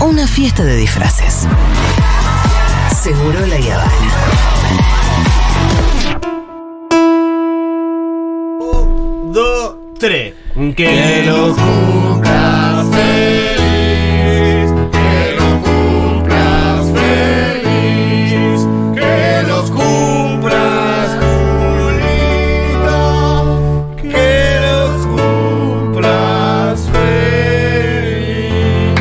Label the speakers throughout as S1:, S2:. S1: Una fiesta de disfraces. Seguro la Habana.
S2: Un, dos, tres.
S3: Que
S2: lo cumplas feliz, que lo cumplas feliz, que los cumplas, Julita, que los cumplas feliz.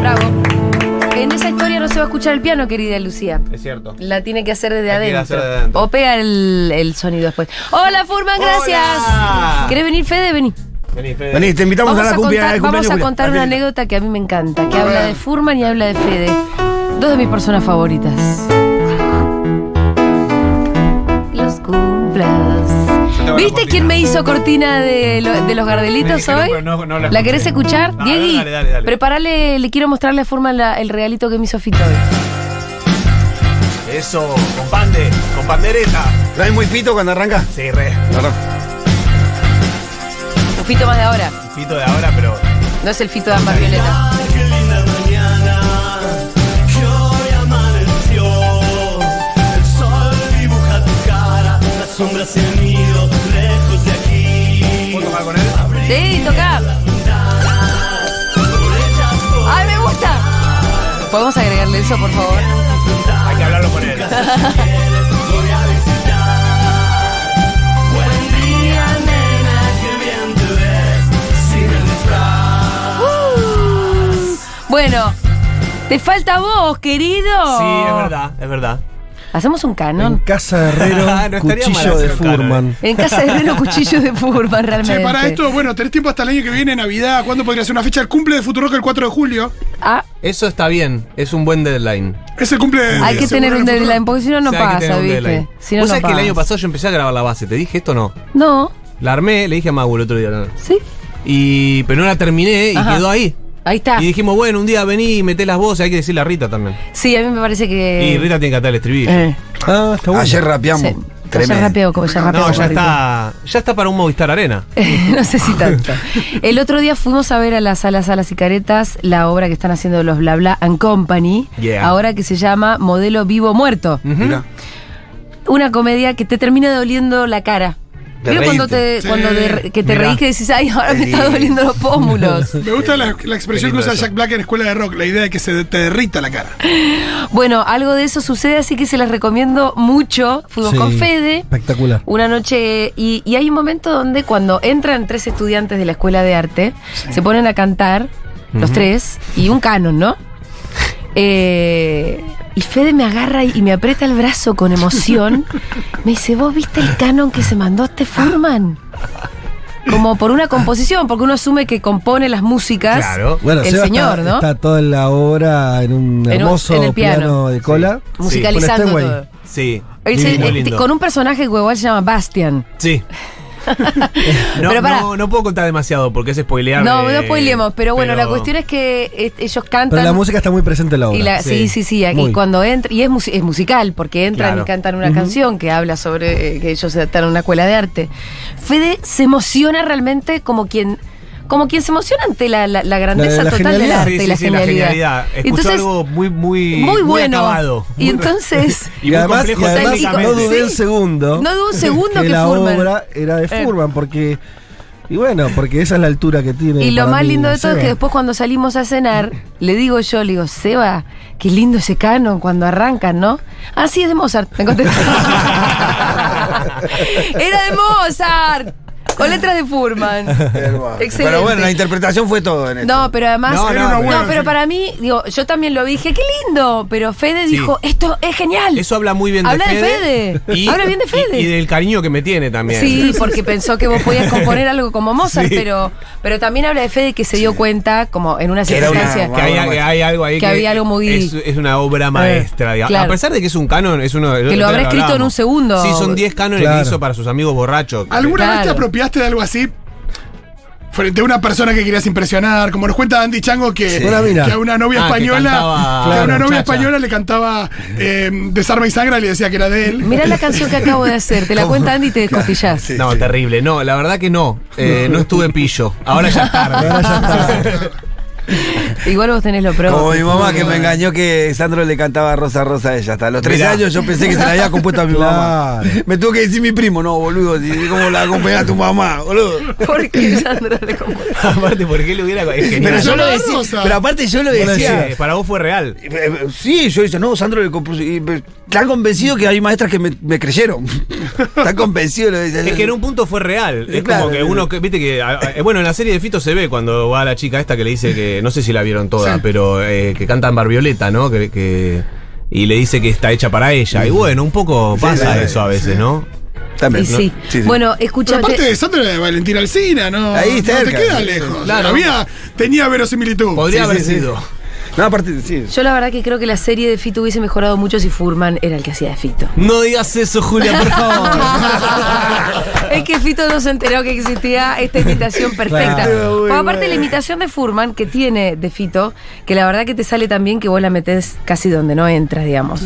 S4: Bravo. En esa historia no se va a escuchar el piano, querida Lucía.
S2: Es cierto.
S4: La tiene que hacer desde
S2: La tiene que
S4: adentro.
S2: hacer de adentro.
S4: O pega el, el sonido después. Hola, Furman, gracias.
S2: Hola.
S4: ¿Querés venir, Fede? Vení.
S2: Vení, Fede.
S3: Vení, te invitamos
S4: Vamos
S3: a
S4: a
S3: la cumbia.
S4: contar,
S3: al
S4: vamos
S3: cumpleaños,
S4: a
S3: Julia.
S4: contar una anécdota que a mí me encanta, que habla de Furman y habla de Fede. Dos de mis personas favoritas. Los cumplas.
S2: Yo te hago
S4: ¿Viste
S2: la
S4: quién
S2: cortina.
S4: me hizo cortina de, lo- de los gardelitos
S2: Me dijeron,
S4: hoy?
S2: pero no- no la
S4: ¿La querés
S2: escuché.
S4: escuchar?
S2: No,
S4: Diegui,
S2: dale, dale, dale.
S4: preparale, le quiero mostrarle a Furman la- el regalito que me hizo Fito hoy.
S2: Eso, con pande, con pandereta.
S3: ¿No hay muy pito cuando arranca?
S2: Sí, re.
S3: Perdón.
S4: Un Fito más de ahora,
S2: Pito de ahora, pero.
S4: no es el Fito de Ámbar Violeta.
S2: ¿Puedo tocar con él?
S4: Sí, toca. ¡Ay, me gusta! ¿Podemos agregarle eso, por favor?
S2: Hay que hablarlo con él.
S4: Bueno, te falta vos, querido.
S2: Sí, es verdad, es verdad.
S4: Hacemos un
S5: En
S4: canon.
S5: casa de Herrero,
S2: Ah, no estaría mal
S5: cuchillo de
S2: hacer un canon,
S5: Furman.
S4: En casa de los cuchillos de Furman, realmente.
S6: Che, Eh, para esto, bueno, tenés tiempo hasta el año que viene, Navidad. ¿Cuándo podría ser una fecha? El cumple de Futurock el 4 de julio.
S4: Ah,
S7: Eso está bien, es un buen deadline.
S6: Es el cumple de.
S4: hay que
S6: seguro
S4: tener un
S6: de Futurock.
S4: deadline, porque si no, no
S7: O sea, hay que
S4: pasa,
S7: tener un
S4: ¿viste?
S7: deadline.
S4: Si no,
S7: Vos
S4: no
S7: sabés que el
S4: pasa.
S7: año pasado yo empecé a grabar la base, te dije esto no.
S4: No,
S7: La armé, le dije a Mago el otro día. ¿no?
S4: sí.
S7: Y, pero no la terminé y
S4: Ajá. Ah.
S7: quedó ahí.
S4: Ahí está.
S7: Y dijimos, bueno, un día vení y meté las voces, hay que decirle a Rita también.
S4: Sí, a mí me parece que.
S7: Y Rita tiene que atar el estribillo.
S4: Eh,
S5: Ah, está bueno.
S3: Ayer rapeamos.
S4: sí. Ya
S3: Tremendo.
S4: rapeo, como ya rapeo,
S7: no, ya
S4: Rita.
S7: está, ya está para un Movistar Arena.
S4: no sé si tanto. El otro día fuimos a ver a las salas, salas y caretas la obra que están haciendo los Bla Bla and Company.
S7: Yeah.
S4: Ahora que se llama Modelo Vivo Muerto.
S7: Ujú.
S3: Mirá.
S4: Una comedia que te termina doliendo la cara.
S3: De
S4: Veo cuando, te,
S3: reírte.
S6: Sí.
S4: cuando de- que te
S7: Mirá.
S4: reís que decís, ay, ahora me
S3: Qué
S4: está
S3: lindo.
S4: doliendo los pómulos.
S6: Me gusta la, la expresión que
S7: Qué lindo
S6: usa
S7: eso.
S6: Jack Black en Escuela de Rock, la idea de que se de- te derrita la cara.
S4: bueno, algo de eso sucede, así que se las recomiendo mucho. Fuimos
S5: Sí.
S4: con Fede.
S5: Espectacular.
S4: Una noche, y, y hay un momento donde cuando entran tres estudiantes de la escuela de arte, se ponen a cantar, los tres, y un canon, ¿no? Eh, y Fede me agarra y, y me aprieta el brazo con emoción. me dice, ¿vos viste el canon que se mandó este Furman? Como por una composición, porque uno asume que compone las músicas.
S7: Claro.
S5: Bueno,
S4: el
S5: Seba
S4: señor,
S5: está,
S4: ¿no?
S5: está toda la obra en un
S4: un-
S5: hermoso
S4: en el piano.
S5: piano. de cola.
S4: musicalizando
S5: Con Steinway.
S4: todo.
S7: Sí.
S4: Él se-
S7: muy
S4: eh,
S7: lindo.
S4: con un personaje que igual se llama Bastian.
S7: Sí. no,
S4: Pero pará.
S7: no, no puedo contar demasiado porque es spoilear.
S4: No, no spoilemos, pero bueno, la cuestión es que eh, ellos cantan.
S5: Pero la música está muy presente en la obra.
S4: y la- sí,
S7: sí.
S4: sí, sí. Y
S5: Muy.
S4: cuando entra, y es, mus- es musical, porque entran
S7: Claro.
S4: y cantan una canción que habla sobre eh, que ellos están en una escuela de arte. Fede se emociona realmente como quien. Como quien se emociona ante la, la- la grandeza
S5: la
S4: total del
S5: genialidad.
S4: arte
S7: Sí,
S4: y
S7: sí,
S4: la
S7: sí, la
S4: genialidad.
S7: genialidad. Escuchó algo muy, muy,
S4: muy
S7: muy
S4: bueno.
S7: acabado.
S4: y
S7: Muy-
S4: entonces,
S5: Y, además, y
S7: complejo
S5: además
S4: técnicamente.
S5: no dudé un
S4: Sí.
S5: segundo.
S4: No dudé un segundo que
S5: la
S4: Furman.
S5: obra era de
S4: Eh.
S5: Furman, porque. Y bueno, porque esa es la altura que tiene.
S4: Y lo
S5: para
S4: más
S5: mí,
S4: lindo de todo es
S5: Seba.
S4: que después cuando salimos a cenar, le digo yo, le digo, Seba, qué lindo ese canon cuando arrancan, ¿no? Así es de Mozart, me contestó. Era de Mozart, con letras de Furman. Excelente.
S3: Pero bueno, la interpretación fue todo en esto.
S4: No, pero además.
S7: No, no,
S4: No,
S7: Era una
S6: buena
S4: pero
S6: película.
S4: para mí, digo, yo también lo dije, qué lindo. Pero Fede
S7: Sí.
S4: dijo, esto es genial.
S7: Eso habla muy bien
S4: Habla
S7: de
S4: de
S7: Fede.
S4: Fede. Habla bien de Fede.
S7: Y, y del cariño que me tiene también.
S4: Sí, porque pensó que vos podías componer algo como Mozart,
S7: Sí.
S4: pero, pero también habla de Fede que se dio cuenta, como en una
S3: Que era una-
S4: circunstancia.
S7: Que hay, que hay algo ahí
S4: Que había algo muy- Eh,
S7: es, es una obra maestra. digamos.
S4: claro.
S7: A pesar de que es un canon, es uno
S4: lo habrá escrito en un segundo.
S7: Sí, son 10 cánones
S5: Claro.
S7: que hizo para sus amigos borrachos.
S6: ¿Alguna vez te
S4: Claro.
S6: apropiaste de algo así? frente a una persona que querías impresionar, como nos cuenta Andy Chango que,
S5: Una mina.
S6: que a una novia
S7: Ah, que
S6: española,
S7: cantaba-
S6: que a una
S7: Claro,
S6: novia
S7: chacha.
S6: española le cantaba eh, Desarma y Sangra y le decía que era de él.
S4: Mirá la canción que acabo de hacer, te la cuenta Andy y te descostillás.
S7: No, terrible. No, la verdad que no. Eh, no estuve pillo. Ahora ya es tarde.
S5: Ahora ya está.
S4: Igual vos tenés lo
S3: Como mi
S4: propio.
S3: mamá que me engañó que Sandro le cantaba Rosa Rosa a ella. Hasta los 13
S7: Mirá.
S3: años yo pensé que se la había compuesto a mi mamá.
S5: Claro.
S3: Me tuvo que decir mi primo, no, boludo, si- ¿cómo la acompañaba tu mamá, boludo?
S4: ¿Por qué Sandra le compró?
S7: Aparte, ¿por qué le hubiera.? Es genial.
S3: Pero yo lo
S6: Rosa.
S3: decía. Pero aparte yo lo decía.
S7: Eh, Para vos fue real.
S3: Eh, eh, Sí, yo dije, no, Sandro le compuso. y me- Tan convencido que hay maestras que me, me creyeron. Tan convencido lo decía.
S7: Es que en un punto fue real.
S3: Eh,
S7: Es
S3: claro.
S7: como que uno, que- viste que. a- a- Bueno, en la serie de Fito se ve cuando va la chica esta que le dice que. No sé si la vieron toda, pero eh, que cantan Barbioleta, ¿no? Que, que- y le dice que está hecha para ella. Y bueno, un poco pasa
S3: sí,
S7: eso a veces, ¿no?
S4: Y
S3: También, ¿no?
S4: sí. Bueno, escucha.
S6: Pero aparte
S4: te-
S6: de Sandra era de Valentina Alcina, ¿no?
S3: Ahí,
S6: no te
S3: cerca.
S6: queda lejos.
S7: Claro.
S6: Había, tenía verosimilitud.
S7: Podría
S3: Sí, sí,
S7: haber
S3: sí.
S7: sido.
S3: No, aparte, sí.
S4: Yo la verdad que creo que la serie de Fito hubiese mejorado mucho si Furman era el que hacía de Fito.
S7: No digas eso, Julia, por favor.
S4: es que Fito no se enteró que existía esta imitación perfecta.
S3: Claro.
S4: Porque aparte la imitación de Furman que tiene de Fito, que la verdad que te sale tan bien que vos la metés casi donde no entras, digamos.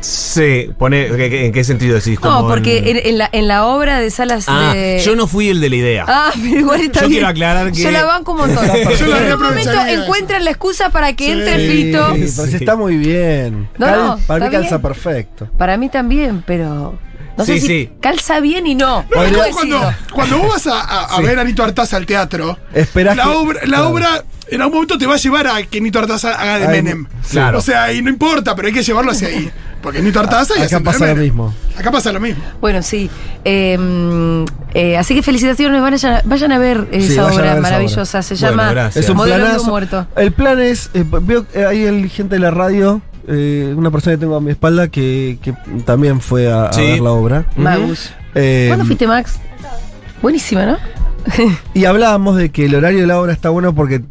S7: sí, pone. ¿qué- qué- ¿En qué sentido decís?
S4: No,
S7: Como
S4: porque
S7: en-
S4: en, en la, en la obra de Salas
S7: Ah,
S4: de...
S7: yo no fui el de la idea.
S4: Ah, pero igual está
S7: Yo
S4: bien.
S7: quiero aclarar que-
S4: Yo la banco un montón.
S6: Yo la
S4: en un momento
S6: reaprovecharía.
S4: encuentran la excusa para que
S6: Sí.
S4: entre Fito.
S5: Sí, pero si está muy bien.
S4: No,
S5: Cal-
S4: no,
S5: para mí
S4: está
S5: calza
S4: bien.
S5: perfecto.
S4: Para mí también, pero. No sé
S7: Sí,
S4: si
S7: sí.
S4: calza bien y no.
S6: No, es
S4: No
S6: como
S4: coincido.
S6: cuando, cuando vos vas a, a- a ver a Nito Artaza al teatro,
S5: Esperás
S6: la
S5: que-
S6: obra, la
S5: Claro.
S6: obra en algún momento te va a llevar a que Nito Artaza haga de
S5: Ay,
S6: Menem.
S7: claro.
S6: O sea, y no importa, pero hay que llevarlo hacia ahí. Porque es Nito Artaza y
S5: Acá
S6: hacen de
S5: pasa lo
S6: Menem.
S5: mismo.
S6: Acá pasa lo mismo.
S4: Bueno, sí. Eh, eh, así que felicitaciones, vayan a, vayan a ver esa
S5: vayan a ver
S4: obra
S5: esa
S4: maravillosa. Se
S7: Bueno,
S4: llama
S7: gracias.
S5: Es un
S4: Modelo de
S5: planazo.
S4: Amigo Muerto.
S5: El plan es, eh, veo que hay el- gente de la radio, eh, una persona que tengo a mi espalda que, que también fue a, a
S7: Sí.
S5: ver la obra.
S4: Magus.
S7: Em,
S5: Eh,
S4: ¿Cuándo fuiste, Max? Buenísima, ¿no?
S5: Y hablábamos de que el horario de la obra está bueno porque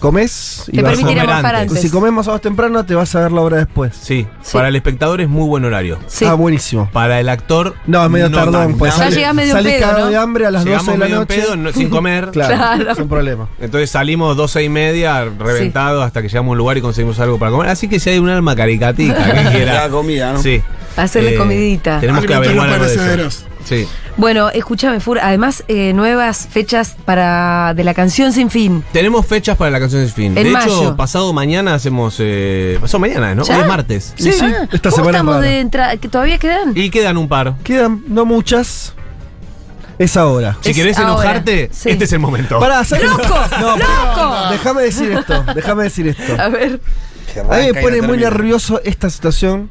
S5: comes y
S4: Te
S5: vas a
S4: permite ir a
S7: comer
S4: morfar
S7: antes.
S4: antes.
S5: Si comes más o menos temprano, te vas a ver la obra después.
S7: Sí,
S4: Sí.
S7: para el espectador es muy buen horario.
S4: Sí.
S5: Ah, buenísimo.
S7: Para el actor.
S5: No, es medio
S7: tanto.
S5: tardón. Pues,
S4: Ya llegás medio en
S5: salís
S4: pedo,
S5: cagado
S4: ¿no?
S5: de hambre a las 12
S7: Llegamos
S5: de la
S7: medio en
S5: noche.
S7: pedo, no- sin comer.
S5: Claro,
S4: Claro.
S5: es un problema.
S7: Entonces salimos doce y media, reventados, hasta que llegamos a un lugar y conseguimos algo para comer. Así que si hay un alma caricatica que quiera.
S3: La comida, ¿no?
S7: Sí.
S4: Hacerles
S7: Eh,
S4: comidita.
S7: Tenemos que
S6: Alimentos
S7: averiguar
S6: no
S7: algo de
S6: perecederos.
S7: eso. Sí.
S4: Bueno, escúchame, Fur. Además, eh, nuevas fechas para de la canción sin fin.
S7: Tenemos fechas para la canción sin fin.
S4: En
S7: de
S4: mayo.
S7: hecho, pasado mañana hacemos. eh, pasado mañana, ¿no?
S4: ¿Ya?
S7: Hoy es martes.
S5: Sí, sí,
S4: Ah,
S5: esta
S4: ¿cómo
S5: semana
S4: estamos
S5: rara.
S4: de entrada? ¿Que todavía quedan?
S7: Y quedan un par.
S5: Quedan no muchas. Es ahora.
S7: Si
S4: Es
S7: querés
S4: ahora.
S7: enojarte,
S4: Sí.
S7: este es el momento.
S5: Pará, ¿sabes?
S4: ¡Loco!
S5: No,
S4: ¡Loco!
S5: déjame decir esto. Déjame decir esto.
S4: A ver.
S5: A mí me pone muy nervioso esta situación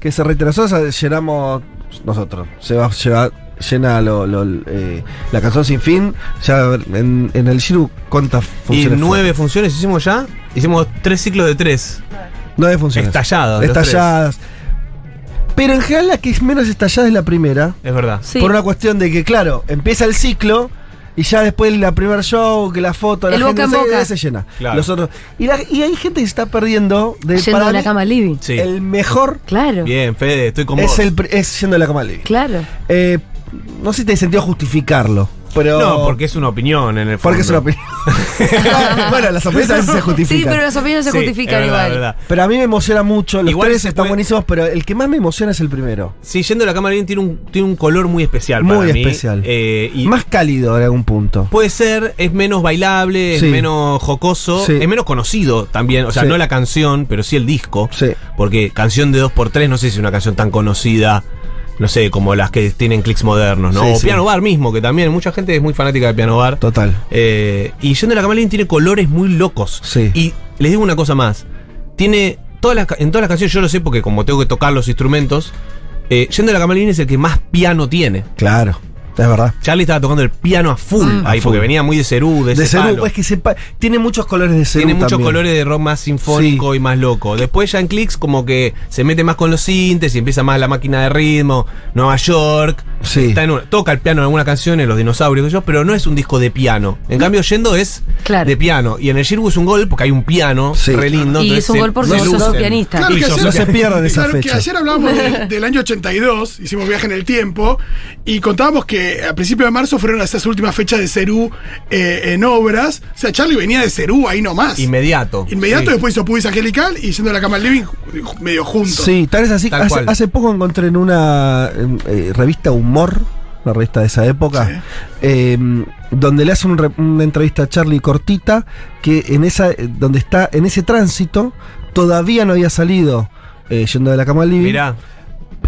S5: que se retrasó, o sea, llenamos nosotros. Se va, lleva- llena lo- lo- eh, la canción sin fin. Ya en, en el Giru, ¿cuántas
S7: Y
S5: funciones?
S7: nueve funciones hicimos ya. Hicimos tres ciclos de tres.
S5: fueron? Nueve funciones.
S7: Estalladas, los
S5: Estalladas. Pero en general la que es menos estallada es la primera.
S7: Es verdad.
S4: Sí.
S5: Por una cuestión de que, claro, empieza el ciclo y ya después la primer show, que la foto, la
S4: El boca
S5: gente
S4: en
S5: se-
S4: boca.
S5: se llena.
S7: Claro.
S5: Los otros- y, la- y hay gente que se está perdiendo de
S4: Yendo
S5: para
S4: a la
S5: mí,
S4: cama al living.
S7: Sí.
S5: el mejor
S4: Claro.
S7: Bien, Fede, estoy con
S5: es,
S7: vos.
S5: el, pr- es yendo a la cama al living.
S4: Claro.
S5: Eh, no sé si te sentido justificarlo, pero.
S7: No, porque es una opinión en el fondo.
S5: Porque es una opinión. bueno, las opiniones a veces se
S4: Sí,
S5: justifican.
S4: pero
S5: pero...
S4: las opiniones se
S7: Sí,
S4: justifican
S7: es verdad,
S4: igual.
S7: es verdad.
S5: a mí me emociona mucho. Los
S7: Igual
S5: tres
S7: se
S5: están
S7: puede-
S5: buenísimos, pero el que más me emociona es el primero.
S7: Sí, yendo a la cámara bien tiene un, tiene un color muy especial.
S5: Muy
S7: para mí.
S5: especial.
S7: Eh, y
S5: Más cálido en algún punto.
S7: Puede ser, es menos bailable, es
S5: Sí.
S7: menos jocoso,
S5: Sí.
S7: es menos conocido también. O sea,
S5: Sí.
S7: no la canción, pero sí el disco.
S5: Sí.
S7: Porque canción de 2x3, no sé si es una canción tan conocida. No sé, como las que tienen clics modernos, ¿no?
S5: Sí,
S7: o
S5: sí.
S7: Piano Bar mismo, que también mucha gente es muy fanática de Piano Bar.
S5: Total.
S7: Eh, y Yendo a la Camalín tiene colores muy locos.
S5: Sí.
S7: Y les digo una cosa más. Tiene. Todas las, ca- en todas las canciones yo lo sé porque como tengo que tocar los instrumentos. eh, Yendo a la Camalín es el que más piano tiene.
S5: Claro. Es verdad.
S7: Charlie estaba tocando el piano a full ahí,
S5: A Ah, full.
S7: porque venía muy de cerú, de,
S5: De
S7: ese
S5: Cerú,
S7: palo.
S5: es que se pa- tiene muchos colores de cerú
S7: Tiene muchos
S5: también.
S7: colores de rock más sinfónico y más loco. Después ya en Clicks como que se mete más con los sintes y empieza más la máquina de ritmo, Nueva York,
S5: Sí.
S7: Está en una- toca el piano en alguna canción, en Los Dinosaurios, qué sé yo, pero no es un disco de piano. En cambio, Yendo es
S4: Claro.
S7: de piano. Y en el Shirgu es un gol porque hay un piano
S5: Sí.
S7: re lindo.
S4: y
S7: entonces
S4: es un
S7: se-
S4: gol porque
S7: se
S4: vos sos
S7: lucen.
S4: pianista.
S6: Claro,
S7: Y
S6: que
S7: yo-
S6: ayer,
S5: no se pierdan esa
S6: claro, que
S5: fecha.
S6: ayer hablábamos del- del año 82, hicimos viaje en el tiempo, y contábamos que a principios de marzo fueron esas últimas fechas de Cerú eh, en obras. O sea, Charlie venía de Cerú ahí nomás.
S7: Inmediato.
S6: Inmediato,
S7: Sí.
S6: después hizo Pudis Angelical y yendo a la cama al living ju- medio juntos.
S5: Sí, tal es así.
S7: Tal
S5: hace,
S7: cual.
S5: hace poco encontré en una em, eh, revista Humor, una revista de esa época, em, donde le hace un re- una entrevista a Charlie cortita, que en esa, eh, donde está, en ese tránsito, todavía no había salido. eh, yendo de la cama al living.
S7: Mirá.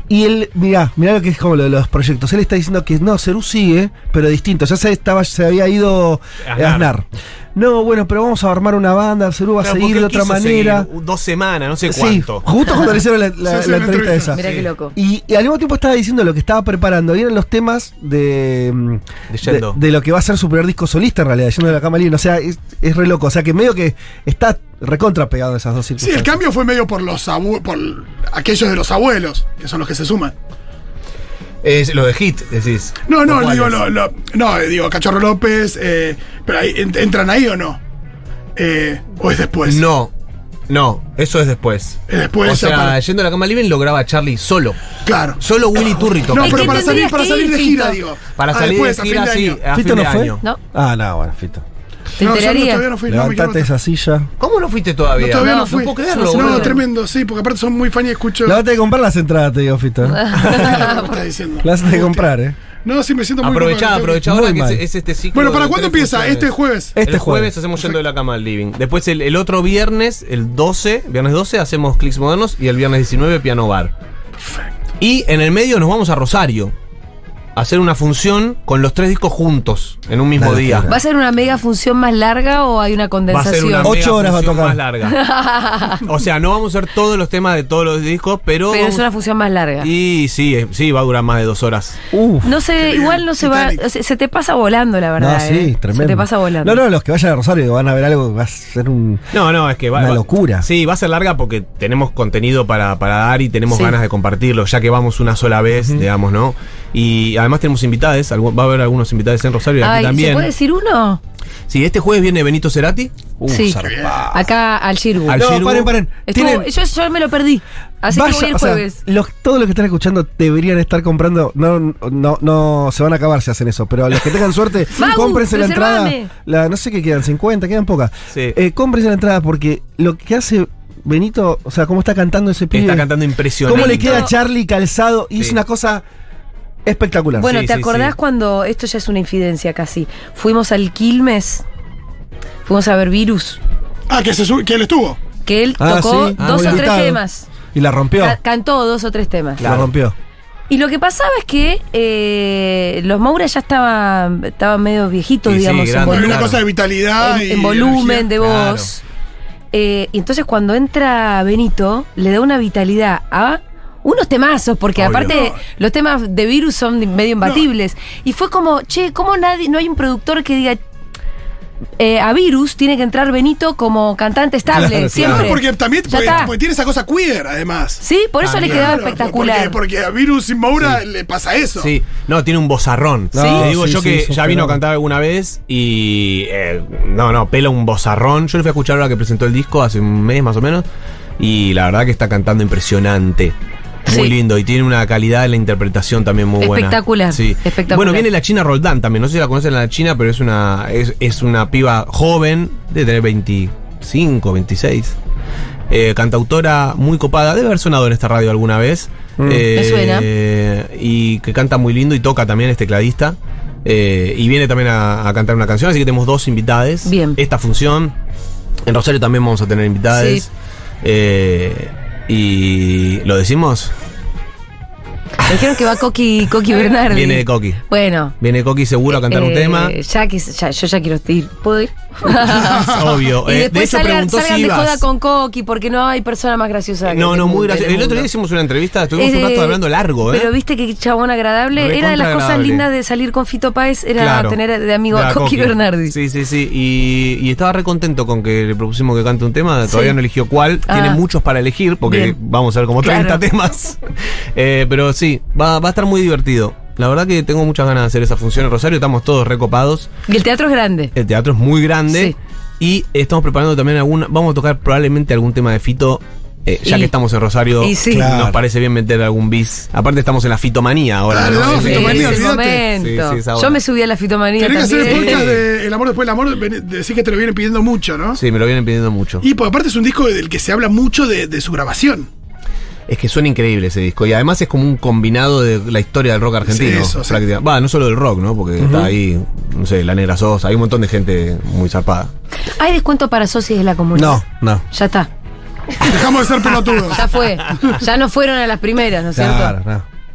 S5: Y él, mirá, mirá lo que es como lo de los proyectos. Él está diciendo que no, Cerú sigue, pero distinto. Ya se, estaba, se había ido eh,
S7: Aznar.
S5: Aznar. No, bueno, pero vamos a armar una banda, Cerú va
S7: Claro,
S5: a
S7: porque
S5: seguir
S7: él
S5: de otra
S7: quiso
S5: manera.
S7: seguir dos semanas, no sé
S5: Sí,
S7: cuánto.
S5: justo cuando le hicieron la, la-
S6: Sí, sí,
S5: la
S6: la
S5: entrevista
S6: entrevista.
S5: esa.
S4: Mirá qué loco.
S5: Y, y al mismo tiempo estaba diciendo lo que estaba preparando. Y eran los temas de, mm,
S7: De Yendo.
S5: de lo que va a ser su primer disco solista en realidad, yendo de la cama libre. O sea, es, es re loco. O sea que medio que está recontra pegado a esas dos
S6: Sí, el
S5: circunstancias.
S6: cambio fue medio por los abue- por aquellos de los abuelos, que son los que se suman.
S7: Es lo de Hit, decís.
S6: No, no,
S7: ¿Cuál
S6: digo,
S7: es?
S6: lo- lo- no, eh, digo, Cachorro López, eh, pero ahí, ent- ¿entran ahí o no? Eh, ¿O es después?
S7: No, no, eso es después.
S6: Es después,
S7: o sea,
S6: ya para-
S7: yendo a la cama living lo graba Charlie solo.
S6: Claro.
S7: Solo Willy Turri toca.
S6: No,
S4: Es
S6: pero
S4: que
S6: para salir,
S4: tendrías
S6: para
S4: que
S6: salir
S4: ir,
S6: de gira,
S4: Fito.
S6: digo.
S7: Para
S6: Ah,
S7: salir
S6: después,
S7: de
S6: a fin
S7: gira
S6: de
S7: así,
S6: año.
S7: a fin
S5: ¿Fito no
S7: de
S5: fue?
S7: año.
S4: No,
S5: Ah, no, bueno, Fito.
S4: te
S6: No, yo no,
S4: enteraría.
S6: todavía no fui, no me quiero
S5: Levantate
S6: matar.
S5: esa silla.
S7: ¿Cómo no fuiste todavía?
S6: No, todavía no,
S4: No,
S6: fui.
S7: puedo creerlo,
S6: No,
S7: boludo.
S6: tremendo, sí, porque aparte son muy fan y escucho.
S5: La vas a tener que comprar las entradas, te digo, Fito. La
S6: Claro, ¿cómo estás diciendo?
S5: vas a tener que comprar, eh.
S6: No, sí, me siento muy
S7: Aprovechá,
S6: culpable.
S7: aprovechá
S5: Muy
S7: ahora que
S5: mal.
S7: es, es este ciclo.
S6: Bueno,
S7: de
S6: ¿para
S7: tres
S6: cuándo empieza?
S7: funciones.
S6: Este jueves.
S5: Este
S7: el jueves,
S5: jueves.
S7: hacemos yendo de la cama al living. Después el, el otro viernes, el 12, viernes 12, hacemos clics modernos y el viernes 19 piano bar. Y en el medio nos vamos a Rosario a hacer una función con los tres discos juntos en un mismo
S5: La
S7: día.
S5: locura.
S4: ¿Va a ser una mega función más larga o hay
S7: Va
S4: una
S7: a ser
S4: condensación?
S7: una
S5: Ocho
S7: mega
S5: horas va a
S7: función más
S5: tocar.
S7: larga. O sea, no vamos a hacer todos los temas de todos los discos, pero.
S4: Pero es una función más larga.
S7: Y sí, eh, sí, va a durar más de dos horas.
S5: Uf.
S4: No sé, igual no se va.
S6: Titanic.
S4: o sea, se te pasa volando, la verdad.
S5: No, sí,
S4: ¿eh?
S5: tremendo.
S4: Se te pasa volando.
S5: No, no, los que vayan a Rosario van a ver algo que va a ser un.
S7: No, no, es que va.
S5: Una
S7: va-
S5: locura.
S7: Sí, va a ser larga porque tenemos contenido para, para dar y tenemos
S4: Sí.
S7: ganas de compartirlo, ya que vamos una sola vez, digamos, ¿no? Y además tenemos invitades, algu- va a haber algunos invitados en Rosario y aquí
S4: Ay, ¿se
S7: también.
S4: puede decir uno?
S7: Sí, este jueves viene Benito Cerati.
S4: sí. Acá al Shirgu.
S7: Al-
S5: No,
S7: Yerbu.
S5: paren, paren.
S4: Estuvo-
S5: Tienen-
S4: yo, yo me lo perdí. Así
S5: Vaya,
S4: que voy el
S5: o sea,
S4: jueves.
S5: los, todos los que están escuchando deberían estar comprando. No, no, no se van a acabar si hacen eso. Pero los que tengan suerte,
S4: Mau,
S5: cómprense la entrada.
S4: reservame.
S5: La, no sé qué quedan, 50, quedan pocas.
S7: Sí.
S5: Eh, cómprense la entrada porque lo que hace Benito, o sea, cómo está cantando ese pibe.
S7: Está cantando impresionante.
S5: cómo le
S4: Benito.
S5: queda a Charlie calzado. Y es
S7: Sí.
S5: una cosa espectacular.
S4: Bueno,
S7: Sí,
S4: ¿te
S7: sí,
S4: acordás
S7: sí.
S4: cuando, esto ya es una infidencia casi, fuimos al Quilmes, fuimos a ver Virus,
S6: Ah, que, se sub- que él estuvo.
S4: que él
S5: Ah,
S4: tocó
S5: sí, ah,
S4: dos o tres
S5: invitado.
S4: temas,
S5: y la rompió.
S4: Ca- cantó dos o tres temas.
S5: La rompió.
S4: Y lo que pasaba es que eh, los Moura ya estaban, estaban medio viejitos,
S7: Y sí,
S4: digamos, en,
S7: grandes,
S6: Hay
S4: volumen,
S6: una
S7: Claro.
S6: cosa de vitalidad
S4: en-
S6: Ah, y.
S4: en volumen de
S7: Claro.
S4: voz. Eh, y entonces cuando entra Benito, le da una vitalidad a unos temazos, porque
S7: Obvio.
S4: aparte los temas de virus son medio imbatibles. Y fue como, che, ¿cómo nadie, no hay un productor que diga... eh, a Virus tiene que entrar Benito como cantante estable,
S5: Claro,
S6: energía.
S4: siempre.
S6: No, porque también
S4: Ya
S6: porque,
S4: está.
S6: porque tiene esa cosa queer, además.
S4: Sí, por eso
S7: Ah,
S4: le
S7: claro,
S4: quedaba
S6: Claro,
S4: espectacular.
S6: Porque, porque a Virus y Moura le pasa eso.
S7: Sí, no, tiene un bozarrón.
S5: Sí.
S7: Te digo
S5: Sí,
S7: yo
S5: sí,
S7: que
S5: es un
S7: ya vino
S5: fenómeno.
S7: a cantar alguna vez y. eh, no, no, pela un bozarrón. Yo le fui a escuchar ahora que presentó el disco hace un mes más o menos. Y la verdad que está cantando impresionante. Muy
S4: Sí.
S7: lindo y tiene una calidad en la interpretación también muy buena.
S4: Espectacular,
S7: Sí.
S4: espectacular.
S7: Bueno, viene la China Roldán también. No sé si la conocen la China, pero es una, es, es una piba joven de tener 25, 26. Eh, cantautora muy copada, debe haber sonado en esta radio alguna vez.
S5: Mm.
S7: Eh,
S4: Me suena.
S7: Y que canta muy lindo y toca también es tecladista. Eh, y viene también a, a cantar una canción, así que tenemos dos invitades.
S4: Bien.
S7: Esta función. En Rosario también vamos a tener invitades.
S4: Sí.
S7: Eh, y lo decimos.
S4: Me dijeron que va Coqui, Coqui Bernardi.
S7: Viene de Coqui.
S4: Bueno.
S7: Viene Coqui seguro a cantar un
S4: eh,
S7: tema.
S4: ya que- ya- yo ya quiero ir. ¿Puedo ir?
S7: Obvio.
S4: y
S7: Eh,
S4: después
S7: de hecho,
S4: salgan,
S7: preguntó
S4: salgan
S7: si
S4: de
S7: ibas.
S4: joda con Coqui porque no hay persona más graciosa. que
S7: No,
S4: en
S7: no,
S4: el
S7: muy
S4: mundo, en
S7: gracioso. El otro día
S4: mundo.
S7: hicimos una entrevista, estuvimos un
S4: Eh,
S7: rato hablando largo, ¿eh?
S4: Pero viste que chabón agradable. Era de las cosas
S7: Recontraagradable.
S4: lindas de salir con Fito Páez, era
S7: Claro.
S4: tener de amigo
S7: De
S4: a Coqui Bernardi.
S7: Sí, sí, sí. Y, y estaba re contento con que le propusimos que cante un tema. Todavía
S4: Sí.
S7: no eligió cuál.
S4: Ah.
S7: Tiene muchos para elegir porque
S4: Bien.
S7: vamos a ver como 30
S4: Claro.
S7: temas. Eh, pero sí, va, va a estar muy divertido. La verdad que tengo muchas ganas de hacer esa función en Rosario, estamos todos recopados.
S4: Y el teatro es grande.
S7: El teatro es muy grande.
S4: Sí.
S7: Y estamos preparando también alguna. Vamos a tocar probablemente algún tema de Fito. eh, ya
S4: Y-
S7: que estamos en Rosario,
S4: y sí.
S7: nos parece bien meter algún bis. Aparte, estamos en la fitomanía ahora.
S6: Claro,
S7: ¿no?
S6: no,
S7: Sí.
S6: fitomanía,
S4: Es el
S6: olvídate.
S4: este momento.
S7: Sí, sí, es ahora.
S4: Yo me subí a la fitomanía
S6: Tenés que hacer el
S4: también.
S6: podcast de El amor después del amor, ven- decís que te lo vienen pidiendo mucho, ¿no?
S7: Sí, me lo vienen pidiendo mucho.
S6: Y pues aparte es un disco del que se habla mucho de, de su grabación.
S7: Es que suena increíble ese disco. Y además es como un combinado de la historia del rock argentino.
S6: Sí, eso, sí.
S7: prácticamente. Va, no solo del rock, ¿no? Porque está ahí, no sé, la negra Sosa, hay un montón de gente muy zarpada.
S4: ¿Hay descuento para socios de la comunidad?
S5: No, no.
S4: Ya está.
S6: Dejamos de ser pelotudos. Eh,
S4: Ya fue. Ya no fueron a las primeras, ¿no es
S5: Claro,
S4: cierto?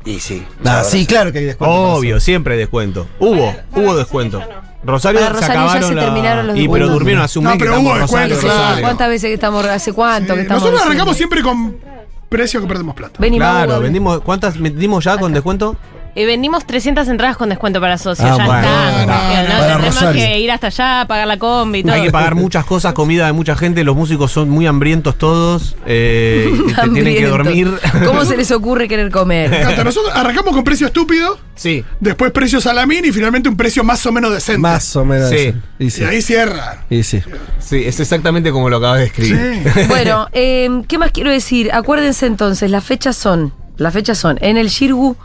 S5: no.
S2: Y sí.
S5: Nah, Ah, sí, claro que hay descuento.
S7: Obvio, siempre hay descuento. Hubo, hubo descuento. Rosario
S4: Para
S7: se
S4: Rosario ya
S7: acabaron
S4: se
S7: la-
S4: terminaron los
S7: Y pero
S4: descuentos.
S7: durmieron hace un
S6: No,
S7: mes que
S6: pero
S7: estamos
S6: hubo
S7: Rosario,
S6: descuentos,
S4: Sí,
S6: claro.
S7: Rosario.
S4: ¿Cuántas veces que estamos? ¿Hace cuánto que
S6: Eh,
S4: estamos?
S6: Nosotros
S4: diciendo?
S6: arrancamos siempre con precio que perdemos plata.
S4: Ven y
S7: Claro,
S4: Mau,
S7: vendimos, ¿cuántas vendimos ya con descuento?
S8: Eh, vendimos 300 entradas con descuento para socios.
S5: Ah,
S8: ya
S5: bueno.
S8: está.
S6: No, no,
S8: Pero
S5: no, para
S8: tenemos
S5: Rosario.
S8: que ir hasta allá, pagar la combi y todo.
S7: Hay que pagar muchas cosas, comida de mucha gente, los músicos son muy hambrientos todos, eh, y te tienen que
S4: Hambrientos.
S7: dormir.
S4: ¿Cómo se les ocurre querer
S6: Me
S4: comer?
S6: encanta. Nosotros arrancamos con precio estúpido,
S7: Sí.
S6: después precio salamín y finalmente un precio más o menos decente.
S5: Más o menos.
S7: Sí.
S5: eso. Y
S6: Y
S5: sí.
S6: ahí cierra.
S5: Y sí.
S7: Sí, es exactamente como lo acabas de escribir.
S4: Bueno, eh, ¿qué más quiero decir? Acuérdense entonces, las fechas son, las fechas son en el Shirgu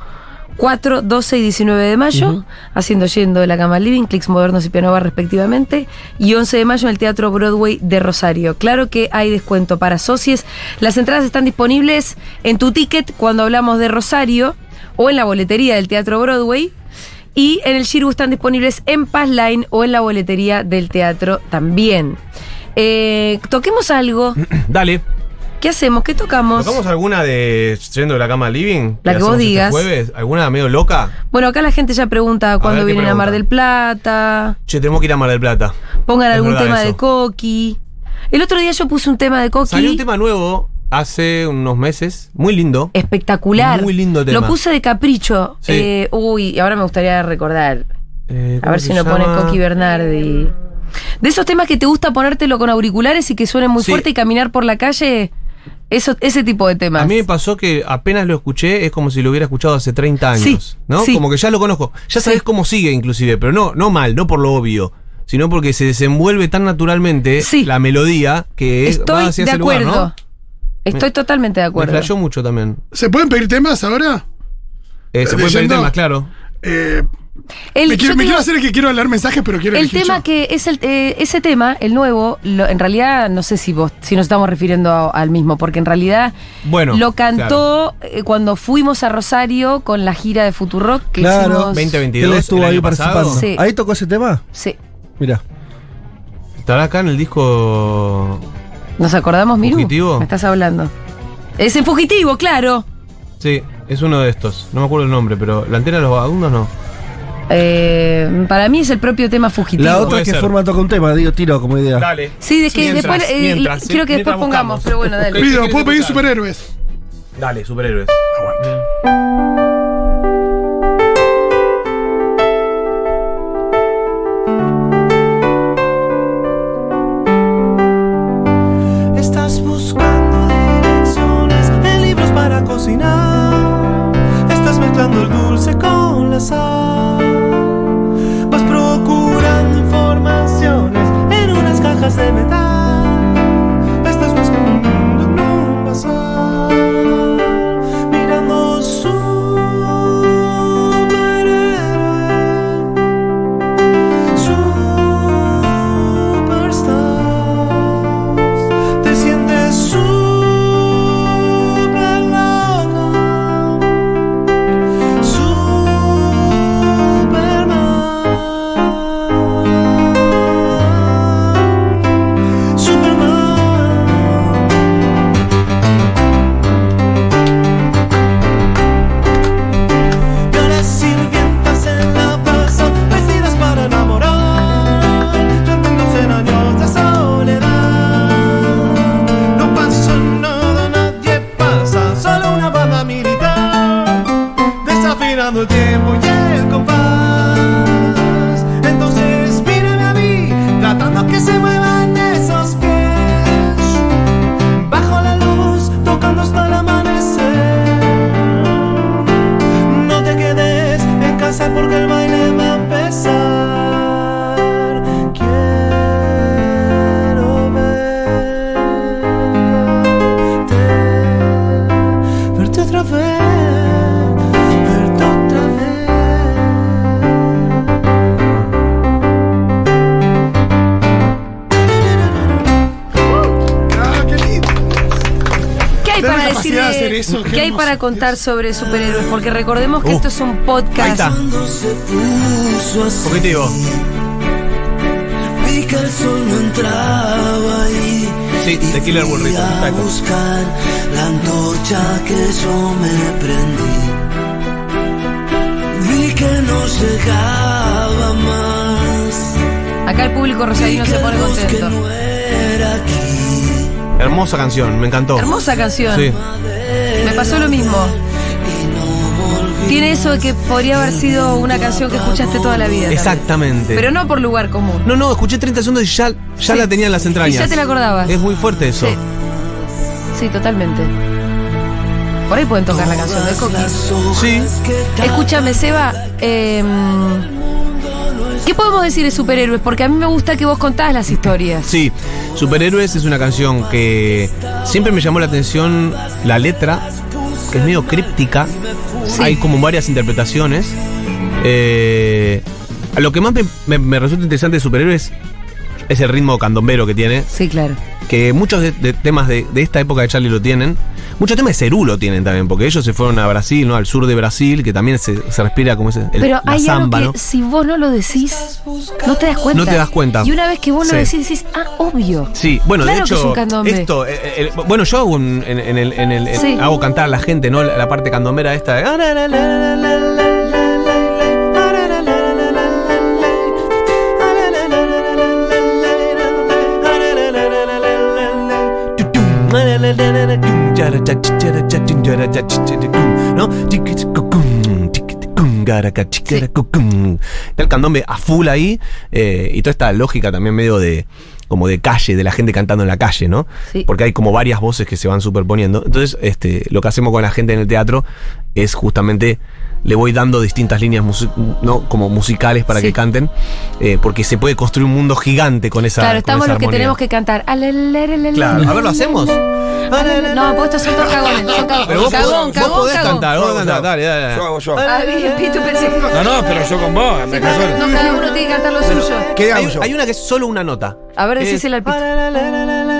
S4: 4, 12 y 19 de mayo, haciendo Yendo de la Cama al Living, Clicks Modernos y Pianova respectivamente, y 11 de mayo en el Teatro Broadway de Rosario. Claro que hay descuento para socios. Las entradas están disponibles en tu ticket cuando hablamos de Rosario o en la boletería del Teatro Broadway. Y en el Shirgu están disponibles en Paz Line o en la boletería del teatro también. Eh, toquemos algo.
S7: Dale.
S4: ¿Qué hacemos? ¿Qué tocamos?
S7: ¿Tocamos alguna de Yendo de la cama al living?
S4: La que
S7: hacemos
S4: vos
S7: este
S4: digas.
S7: jueves? ¿Alguna medio loca?
S4: Bueno, acá la gente ya pregunta cuándo
S7: ver, ¿qué
S4: vienen a Mar del
S7: preguntan?
S4: Plata.
S7: Che, tenemos que ir a Mar del Plata.
S4: Pongan
S7: Es
S4: algún
S7: verdad
S4: tema
S7: eso.
S4: de Coqui. El otro día yo puse un tema de Coqui.
S7: Salió un tema nuevo hace unos meses, muy lindo.
S4: Eh, espectacular.
S7: Muy lindo tema.
S4: Lo puse de capricho.
S7: Sí.
S4: Eh, uy, ahora me gustaría recordar.
S7: Eh,
S4: A
S7: ¿cómo
S4: ver
S7: se
S4: si nos pone
S7: llama?
S4: Coqui Bernardi. De esos temas que te gusta ponértelo con auriculares y que suenen muy
S7: Sí.
S4: fuerte y caminar por la calle. Eso, ese tipo de temas.
S7: A mí me pasó que apenas lo escuché, es como si lo hubiera escuchado hace 30 años.
S4: Sí,
S7: ¿No?
S4: sí.
S7: Como que ya lo conozco. Ya sabes
S4: Sí.
S7: cómo sigue, inclusive, pero no, no mal, no por lo obvio. Sino porque se desenvuelve tan naturalmente
S4: Sí.
S7: la melodía que es-
S4: Estoy
S7: va hacia
S4: de
S7: ese lugar,
S4: acuerdo.
S7: ¿no?
S4: Estoy totalmente de
S7: Me
S4: acuerdo.
S7: flashó mucho también.
S6: ¿Se pueden pedir temas ahora?
S7: Eh, se
S6: Eh,
S7: puede pedir
S6: yendo-
S7: temas, claro.
S6: Eh,
S4: El- yo
S6: me quiero, me
S4: te
S6: quiero
S4: digo-
S6: hacer el que quiero leer mensajes, pero quiero
S4: El
S6: elegir
S4: tema
S6: yo.
S4: que es el, eh, ese tema, el nuevo, lo- en realidad no sé si vos, si nos estamos refiriendo a- al mismo, porque en realidad
S7: Bueno,
S4: lo cantó eh, cuando fuimos a Rosario con la gira de Futurock que
S5: Claro.
S4: hicimos.
S7: 2022.
S5: Él estuvo
S7: el
S5: ahí
S7: año pasado.
S5: participando.
S4: Sí.
S5: Ahí tocó ese tema.
S4: Sí.
S5: Mira.
S7: ¿Estará acá en el disco?
S4: ¿Nos acordamos, Miru?
S7: Fugitivo.
S4: Me estás hablando. Es en Fugitivo, claro.
S7: Sí, es uno de estos. No me acuerdo el nombre, pero la antena de los vagabundos no.
S4: Eh, para mí es el propio tema Fugitivo.
S5: La otra
S7: Puede
S5: es que
S7: ser.
S5: forma toca un tema, digo, tiro como idea.
S7: Dale.
S4: Sí, de que después eh, quiero que después pongamos, pero bueno, dale.
S6: Pido,
S7: ¿Qué
S6: ¿puedo pedir
S7: quieres escuchar?
S6: superhéroes?
S7: Dale, superhéroes.
S9: Estás buscando direcciones en libros para cocinar. Estás mezclando el dulce con la sal. Vas procurando informaciones en unas cajas de metal. Estás buscando un mundo en un bazar. Mirando su
S6: Ah, eso,
S4: ¿Qué hay
S6: hermoso.
S4: para contar sobre superhéroes? Porque recordemos que
S7: Uh.
S4: esto es un
S7: Ahí
S4: podcast.
S7: está. Objetivo. Sí, de Killer Bullrich. Exacto.
S4: Acá el público rosarino se pone contento.
S7: Hermosa canción, me encantó.
S4: Hermosa canción.
S7: Sí.
S4: Me pasó lo mismo. Tiene eso de que podría haber sido una canción que escuchaste toda la vida. tal vez.
S7: Exactamente.
S4: Pero no por lugar común.
S7: No, no, escuché 30 segundos y ya, ya
S4: Sí.
S7: la tenía en las entrañas.
S4: Y ya te la acordabas.
S7: Es muy fuerte eso.
S4: Sí. Sí, totalmente. Por ahí pueden tocar la canción de Coqui.
S7: Sí.
S4: Escúchame, Seba. eh, ¿Qué podemos decir de superhéroes? Porque a mí me gusta que vos contás las historias.
S7: Sí, Superhéroes es una canción que siempre me llamó la atención la letra, que es medio críptica. Hay como varias interpretaciones. Eh, lo que más me, me- me resulta interesante de Superhéroes es el ritmo candombero que tiene,
S4: Sí, claro.
S7: que muchos de, de temas de, de esta época de Charlie lo tienen. Muchos temas de Cerú lo tienen también, porque ellos se fueron a Brasil, ¿no? Al sur de Brasil, que también se, se respira como ese, el-
S4: Pero
S7: la
S4: hay
S7: samba,
S4: algo
S7: ¿no?
S4: que si vos no lo decís, no te das cuenta.
S7: No te das cuenta.
S4: Y una vez que vos
S7: Sí.
S4: lo decís, decís, ah, obvio.
S7: Sí, bueno,
S4: Claro
S7: de
S4: que es
S7: hecho,
S4: un candombe.
S7: esto, eh, eh, bueno, yo hago, un- en, en el, en el- en-
S4: Sí.
S7: hago cantar a la gente, ¿no? La, la parte candomera esta. de- ¿No? Está el candombe a full ahí eh, y toda esta lógica también medio de como de calle, de la gente cantando en la calle, ¿no?
S4: Sí.
S7: Porque hay como varias voces que se van superponiendo. Entonces, este, lo que hacemos con la gente en el teatro es justamente le voy dando distintas líneas musi- ¿no? como musicales para
S4: Sí.
S7: que canten, eh, porque se puede construir un mundo gigante con esa
S4: Claro,
S7: con
S4: estamos
S7: esa
S4: los que
S7: armonía.
S4: tenemos que cantar. Alelelelele.
S7: Claro, a ver, ¿lo hacemos?
S4: No, pues estos son todos cagones. Son cagones.
S7: Pero vos,
S4: cagón,
S7: podés-
S4: cagón,
S7: vos podés
S4: cagón.
S7: cantar, vos podés cantar, dale, dale.
S3: Yo
S7: dale.
S3: hago, yo hago.
S4: Ah, bien, Pitu, pensé que-
S3: No, no, pero yo con vos, me casó.
S4: No, cada uno tiene que cantar lo suyo.
S3: ¿Qué hago
S7: Hay,
S3: yo?
S7: hay una que es solo una nota.
S4: A ver,
S7: Eh,
S4: decísela al Pitu.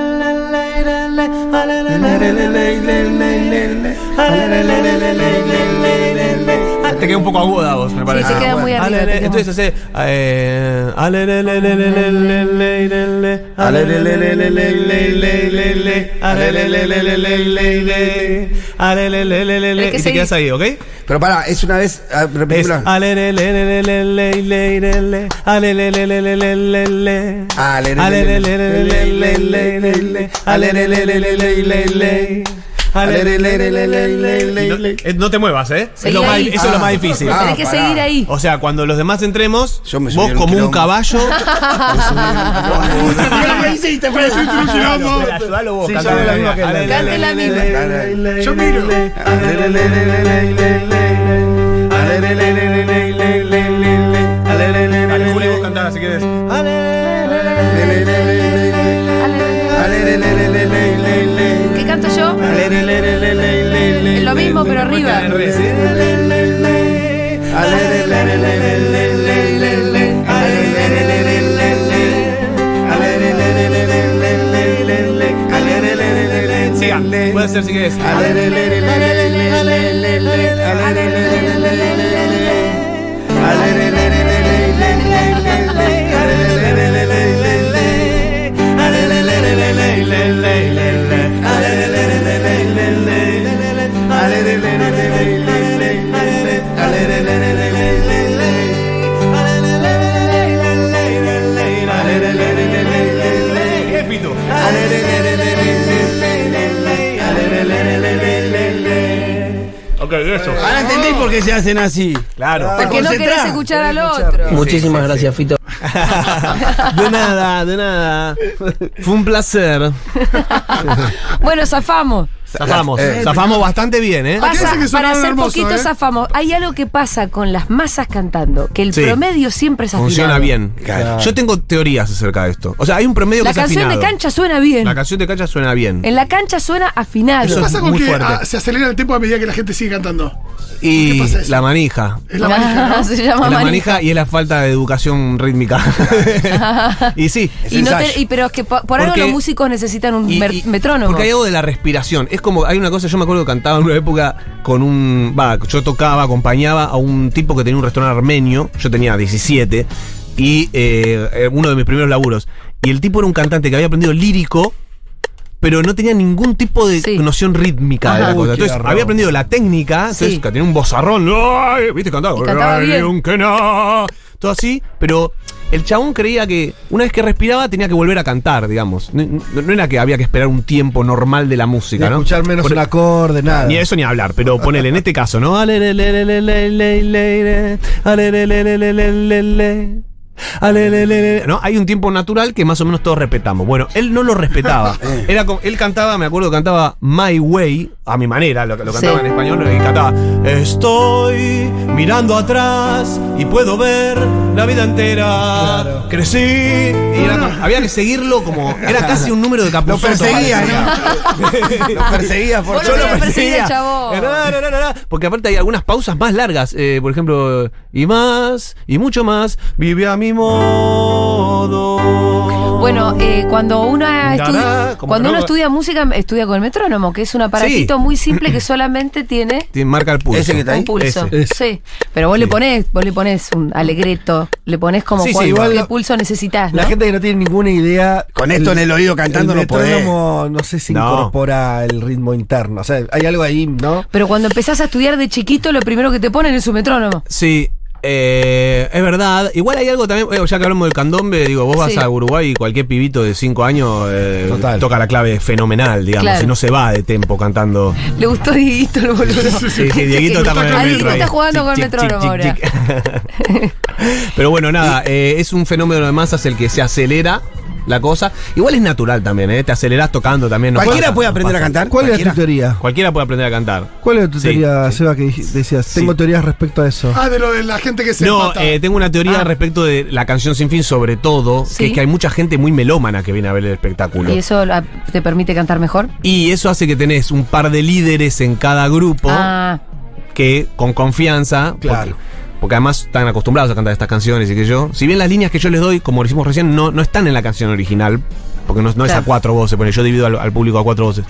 S7: Te queda un poco aguda vos, me parece.
S4: te queda muy arriba,
S7: Alele,
S4: te queda
S7: Entonces hace. eh, alelelelelelelele, alelelelelelelele, alelelelelelele, alelelelelele.
S4: Hay que
S7: Y te
S4: seguir.
S7: quedas ahí, ¿ok?
S3: Pero pará, es una vez. ah,
S7: Es
S3: repetimos.
S7: alelelelelelelele, alelelelelelele, alelelelelelelele, alelelelelelelele, alelelelelelelele. No, eh, No te muevas, ¿eh? Es lo
S4: Seguí
S7: más-
S4: ahí.
S7: eso es lo más difícil.
S3: Ah,
S4: Tenés que
S3: pará.
S4: seguir ahí.
S7: O sea, cuando los demás entremos,
S3: Yo me subí
S7: vos
S3: al
S7: como un
S3: quilombo.
S7: caballo.
S6: Mirá, me hiciste, fue decirte un quilombo.
S7: Ayudalo vos,
S5: Sí,
S7: cantá.
S5: yo hago la misma que él.
S7: Alelele.
S4: Cante la misma.
S6: Yo miro.
S7: Dale, Juli, vos cantá, si querés.
S4: ¿Qué canto yo? Es lo mismo, pero arriba.
S7: Siga, puede ser si querés.
S10: Ahora entendéis por qué se hacen así.
S7: Claro.
S4: Porque no querés
S10: Concentrá.
S4: escuchar al otro.
S10: Muchísimas gracias, Fito.
S7: De nada, de nada. Fue un placer.
S4: Bueno, zafamos.
S7: Ah, Zafamos, zafamos bastante bien, ¿eh?
S4: Pasa,
S6: que sonaron
S4: para ser
S6: hermoso,
S4: poquito
S6: ¿eh?
S4: zafamos. Hay algo que pasa con las masas cantando, que el
S7: Sí.
S4: promedio siempre es afinado.
S7: Funciona bien. Yo tengo teorías acerca de esto. O sea, hay un promedio
S4: La
S7: que es
S4: canción de
S7: afinado.
S4: cancha suena bien.
S7: La canción de cancha suena bien.
S4: En la cancha suena afinado.
S7: Eso
S6: ¿Qué
S7: es
S6: pasa con
S7: muy
S6: que
S7: fuerte.
S6: ah, se acelera el tiempo a medida que la gente sigue cantando?
S7: y
S6: ¿Qué pasa eso?
S7: la manija.
S6: Es la manija, ¿no?
S4: Se llama
S7: Es la
S4: Ah, manija.
S7: manija y es la falta de educación rítmica. y sí.
S4: Y no te- y pero es que po- por, algo
S7: Porque-
S4: los músicos necesitan un
S7: Y-
S4: mer-
S7: y-
S4: metrónomo.
S7: Porque hay algo de la respiración. Es es como, hay una cosa, yo me acuerdo que cantaba en una época con un, va, yo tocaba, acompañaba a un tipo que tenía un restaurante armenio, yo tenía 17, y eh, uno de mis primeros laburos. Y el tipo era un cantante que había aprendido lírico, pero no tenía ningún tipo de
S4: Sí.
S7: noción rítmica de la
S4: Ajá.
S7: cosa. Entonces,
S5: garrón.
S7: había aprendido la técnica, entonces,
S4: Sí.
S7: que tenía un bozarrón, ¡ay! ¿viste? Cantaba,
S4: Y cantaba
S7: "Ay,
S4: bien".
S7: un que no", todo así, pero el chabón creía que una vez que respiraba tenía que volver a cantar, digamos. No, no- no era que había que esperar un tiempo normal de la música,
S5: Ni
S7: ¿no?
S5: escuchar menos
S7: Por-
S5: un acorde, nada.
S7: Ni eso ni hablar, pero ponele en este caso, ¿no? Alelelelelelele, alelelelelelele, alelelelele. No, hay un tiempo natural que más o menos todos respetamos. Bueno, él no lo respetaba.
S3: Eh.
S7: Era como- él cantaba, me acuerdo, cantaba My Way, a mi manera, lo, lo cantaba en
S4: Sí.
S7: español, y cantaba Estoy mirando atrás y puedo ver la vida entera. Crecí. Y era como- había que seguirlo como. Era casi un número de
S3: Lo
S7: Capuzoto.
S3: perseguía,
S7: parecía.
S3: ¿no? Lo perseguía por
S4: Vos
S3: yo
S4: lo
S3: lo
S4: tenías perseguido,
S7: perseguía.
S4: chabón.
S7: Na, na, na, na, na. Porque aparte hay algunas pausas más largas. eh, por ejemplo, y más, y mucho más, vive a mi modo.
S4: Bueno, eh, cuando uno, estudia,
S7: como
S4: cuando uno
S7: no-
S4: estudia música, em, estudia con el metrónomo, que es un aparatito muy simple que solamente tiene
S7: Te marca el pulso.
S3: Ese que está ahí.
S4: un pulso.
S7: Ese.
S4: Sí. Pero vos le ponés, vos le ponés un alegreto, le ponés como
S7: Sí, sí,
S4: cuánto-
S7: igual
S4: qué
S5: lo-
S4: pulso necesitas, ¿no?
S5: La gente que no tiene ninguna idea.
S3: Con esto en el oído cantando
S5: el
S3: no podés.
S5: metrónomo, no sé si
S7: No.
S5: incorpora el ritmo interno. O sea, hay algo ahí, ¿no?
S4: Pero cuando empezás a estudiar de chiquito, lo primero que te ponen es un metrónomo.
S7: Sí. eh, es verdad, igual hay algo también, eh, ya que hablamos del candombe, digo, vos vas
S4: Sí.
S7: a Uruguay y cualquier pibito de 5 años eh,
S5: Total.
S7: toca la clave fenomenal, digamos,
S4: Claro.
S7: y no se va de tempo cantando.
S4: Le gustó a Dieguito el boludo.
S7: Sí, sí, Dieguito está con el
S4: Ah,
S7: metro
S4: Dieguito
S7: ahí.
S4: está jugando con el
S7: Chic, chic,
S4: metrónomo ahora.
S7: chic, chic. Pero bueno, nada, eh, es un fenómeno de masas el que se acelera la cosa. Igual es natural también, ¿eh? Te acelerás tocando también. nos
S3: Cualquiera
S7: pasa,
S3: puede
S7: nos
S3: aprender a
S7: pasa.
S3: cantar.
S5: ¿Cuál era
S3: cualquiera.
S5: tu teoría?
S7: Cualquiera puede aprender a cantar.
S5: ¿Cuál era tu
S7: Sí,
S5: teoría, Seba, que dij- decías? Tengo teorías respecto a eso.
S6: Ah, de lo de la gente que se
S7: No,
S6: empata.
S7: eh, tengo una
S3: Ah.
S7: teoría respecto de la canción Sin Fin, sobre todo,
S4: Sí.
S7: que es que hay mucha gente muy melómana que viene a ver el espectáculo.
S4: ¿Y eso ah, te permite cantar mejor?
S7: Y eso hace que tenés un par de líderes en cada grupo
S4: Ah,
S7: que con confianza.
S5: Claro.
S7: Porque, porque además están acostumbrados a cantar estas canciones y que yo. Si bien las líneas que yo les doy, como lo hicimos recién, no, no están en la canción original. Porque no, no es
S4: Claro.
S7: a cuatro voces, porque yo divido al, al público a cuatro voces.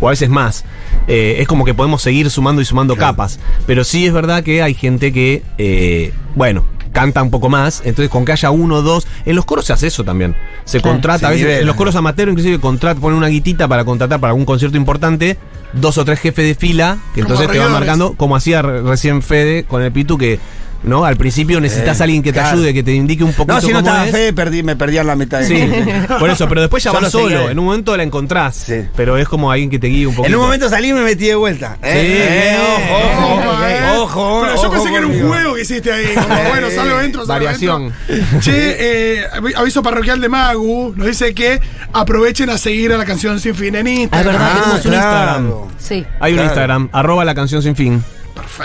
S7: O a veces más. Eh, es como que podemos seguir sumando y sumando capas. Pero sí es verdad que hay gente que, eh, bueno, canta un poco más. Entonces, con que haya uno o dos. En los coros se hace eso también. Se
S4: Claro.
S7: contrata,
S3: Se
S7: a veces.
S3: nivela.
S7: En los coros amateur, inclusive, contrat, ponen una guitita para contratar para algún concierto importante. Dos o tres jefes de fila, que
S6: Como
S7: entonces te van
S6: barredores.
S7: marcando como hacía re- recién Fede con el Pitu, que no al principio necesitas
S3: Eh,
S7: alguien que te
S3: claro.
S7: ayude, que te indique un poquito
S3: No, si no
S7: cómo
S3: estaba
S7: es.
S3: fe, perdí, me perdían la mitad de
S7: Sí, por eso, pero después ya
S3: Solo
S7: vas
S3: seguía
S7: solo,
S3: él.
S7: en un momento la encontrás,
S3: Sí.
S7: pero es como alguien que te guíe un poquito.
S3: En un momento salí y me metí de vuelta.
S7: Sí,
S3: Eh,
S7: bien.
S3: ojo, ojo,
S6: Ojo, eh.
S3: ojo.
S6: Pero
S3: ojo
S6: yo pensé que era un
S3: conmigo. Eh,
S6: juego que hiciste ahí. Como, bueno, salgo dentro, salgo
S7: Variación.
S6: dentro. Che, eh, avi- aviso parroquial de Magu. Nos dice que aprovechen a seguir a la canción Sin Fin en Instagram.
S7: verdad,
S3: Ah,
S7: tenemos un Instagram.
S3: claro.
S4: sí.
S7: Hay un
S3: Claro.
S7: Instagram, arroba la canción sin fin.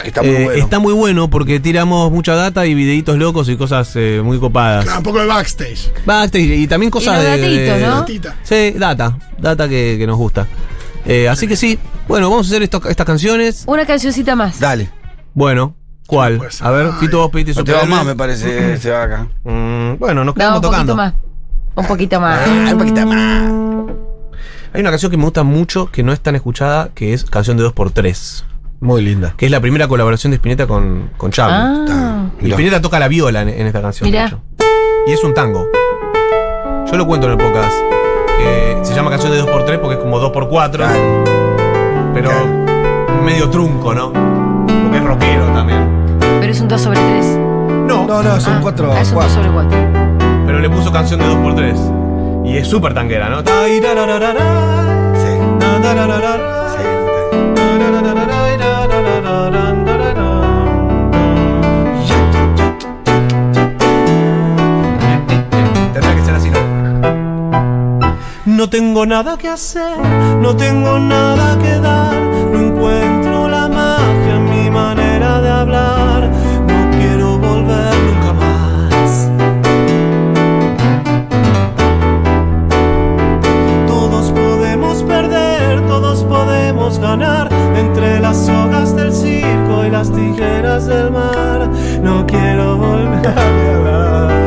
S3: Está muy
S7: Eh,
S3: bueno.
S7: está muy bueno porque tiramos mucha data y videitos locos y cosas eh, muy copadas.
S6: Ah, Un poco de backstage.
S7: Backstage y también cosas
S4: los
S7: de-
S4: datitos,
S7: de-
S4: ¿no?
S6: Tita.
S7: Sí, data, data que, que nos gusta. Eh, así que sí, bueno, vamos a hacer esto- estas canciones.
S4: Una cancioncita más.
S3: Dale.
S7: Bueno, ¿cuál?
S6: Pues,
S7: A ver,
S6: ay.
S7: Fito, vos pediste
S3: No te va
S7: Superhéroe.
S3: más, me parece, se va acá.
S7: Mm, bueno, nos
S4: No,
S7: quedamos
S4: un
S7: tocando.
S4: poquito más. Un poquito más.
S3: Ah, un poquito más.
S7: Hay una canción que me gusta mucho, que no es tan escuchada, que es Canción de 2x3,
S5: Muy linda.
S7: que es la primera colaboración de Spinetta con, con Chavo.
S4: Ah,
S7: Y Spinetta toca la viola en, en esta canción.
S4: Mirá.
S7: de hecho. Y es un tango. Yo lo cuento en el podcast. Que se llama Canción de 2x3 porque es como 2x4,
S3: Claro.
S7: pero medio trunco, ¿no? Porque es rockero también.
S4: pero es un 2 sobre 3.
S7: No,
S5: No, no, son cuatro.
S4: Ah, es un 2
S5: cuatro.
S4: sobre 4.
S7: pero le puso Canción de 2x3. Y es súper tanguera, ¿no?
S3: Sí, sí, está bien.
S7: Tendrá que ser así, ¿no?
S9: No tengo nada que hacer, no tengo nada que dar, no encuentro la magia en mi manera de hablar, no quiero volver nunca más. Todos podemos perder, todos podemos ganar, entre las sogas del circo y las tijeras del mar, no quiero volver a hablar.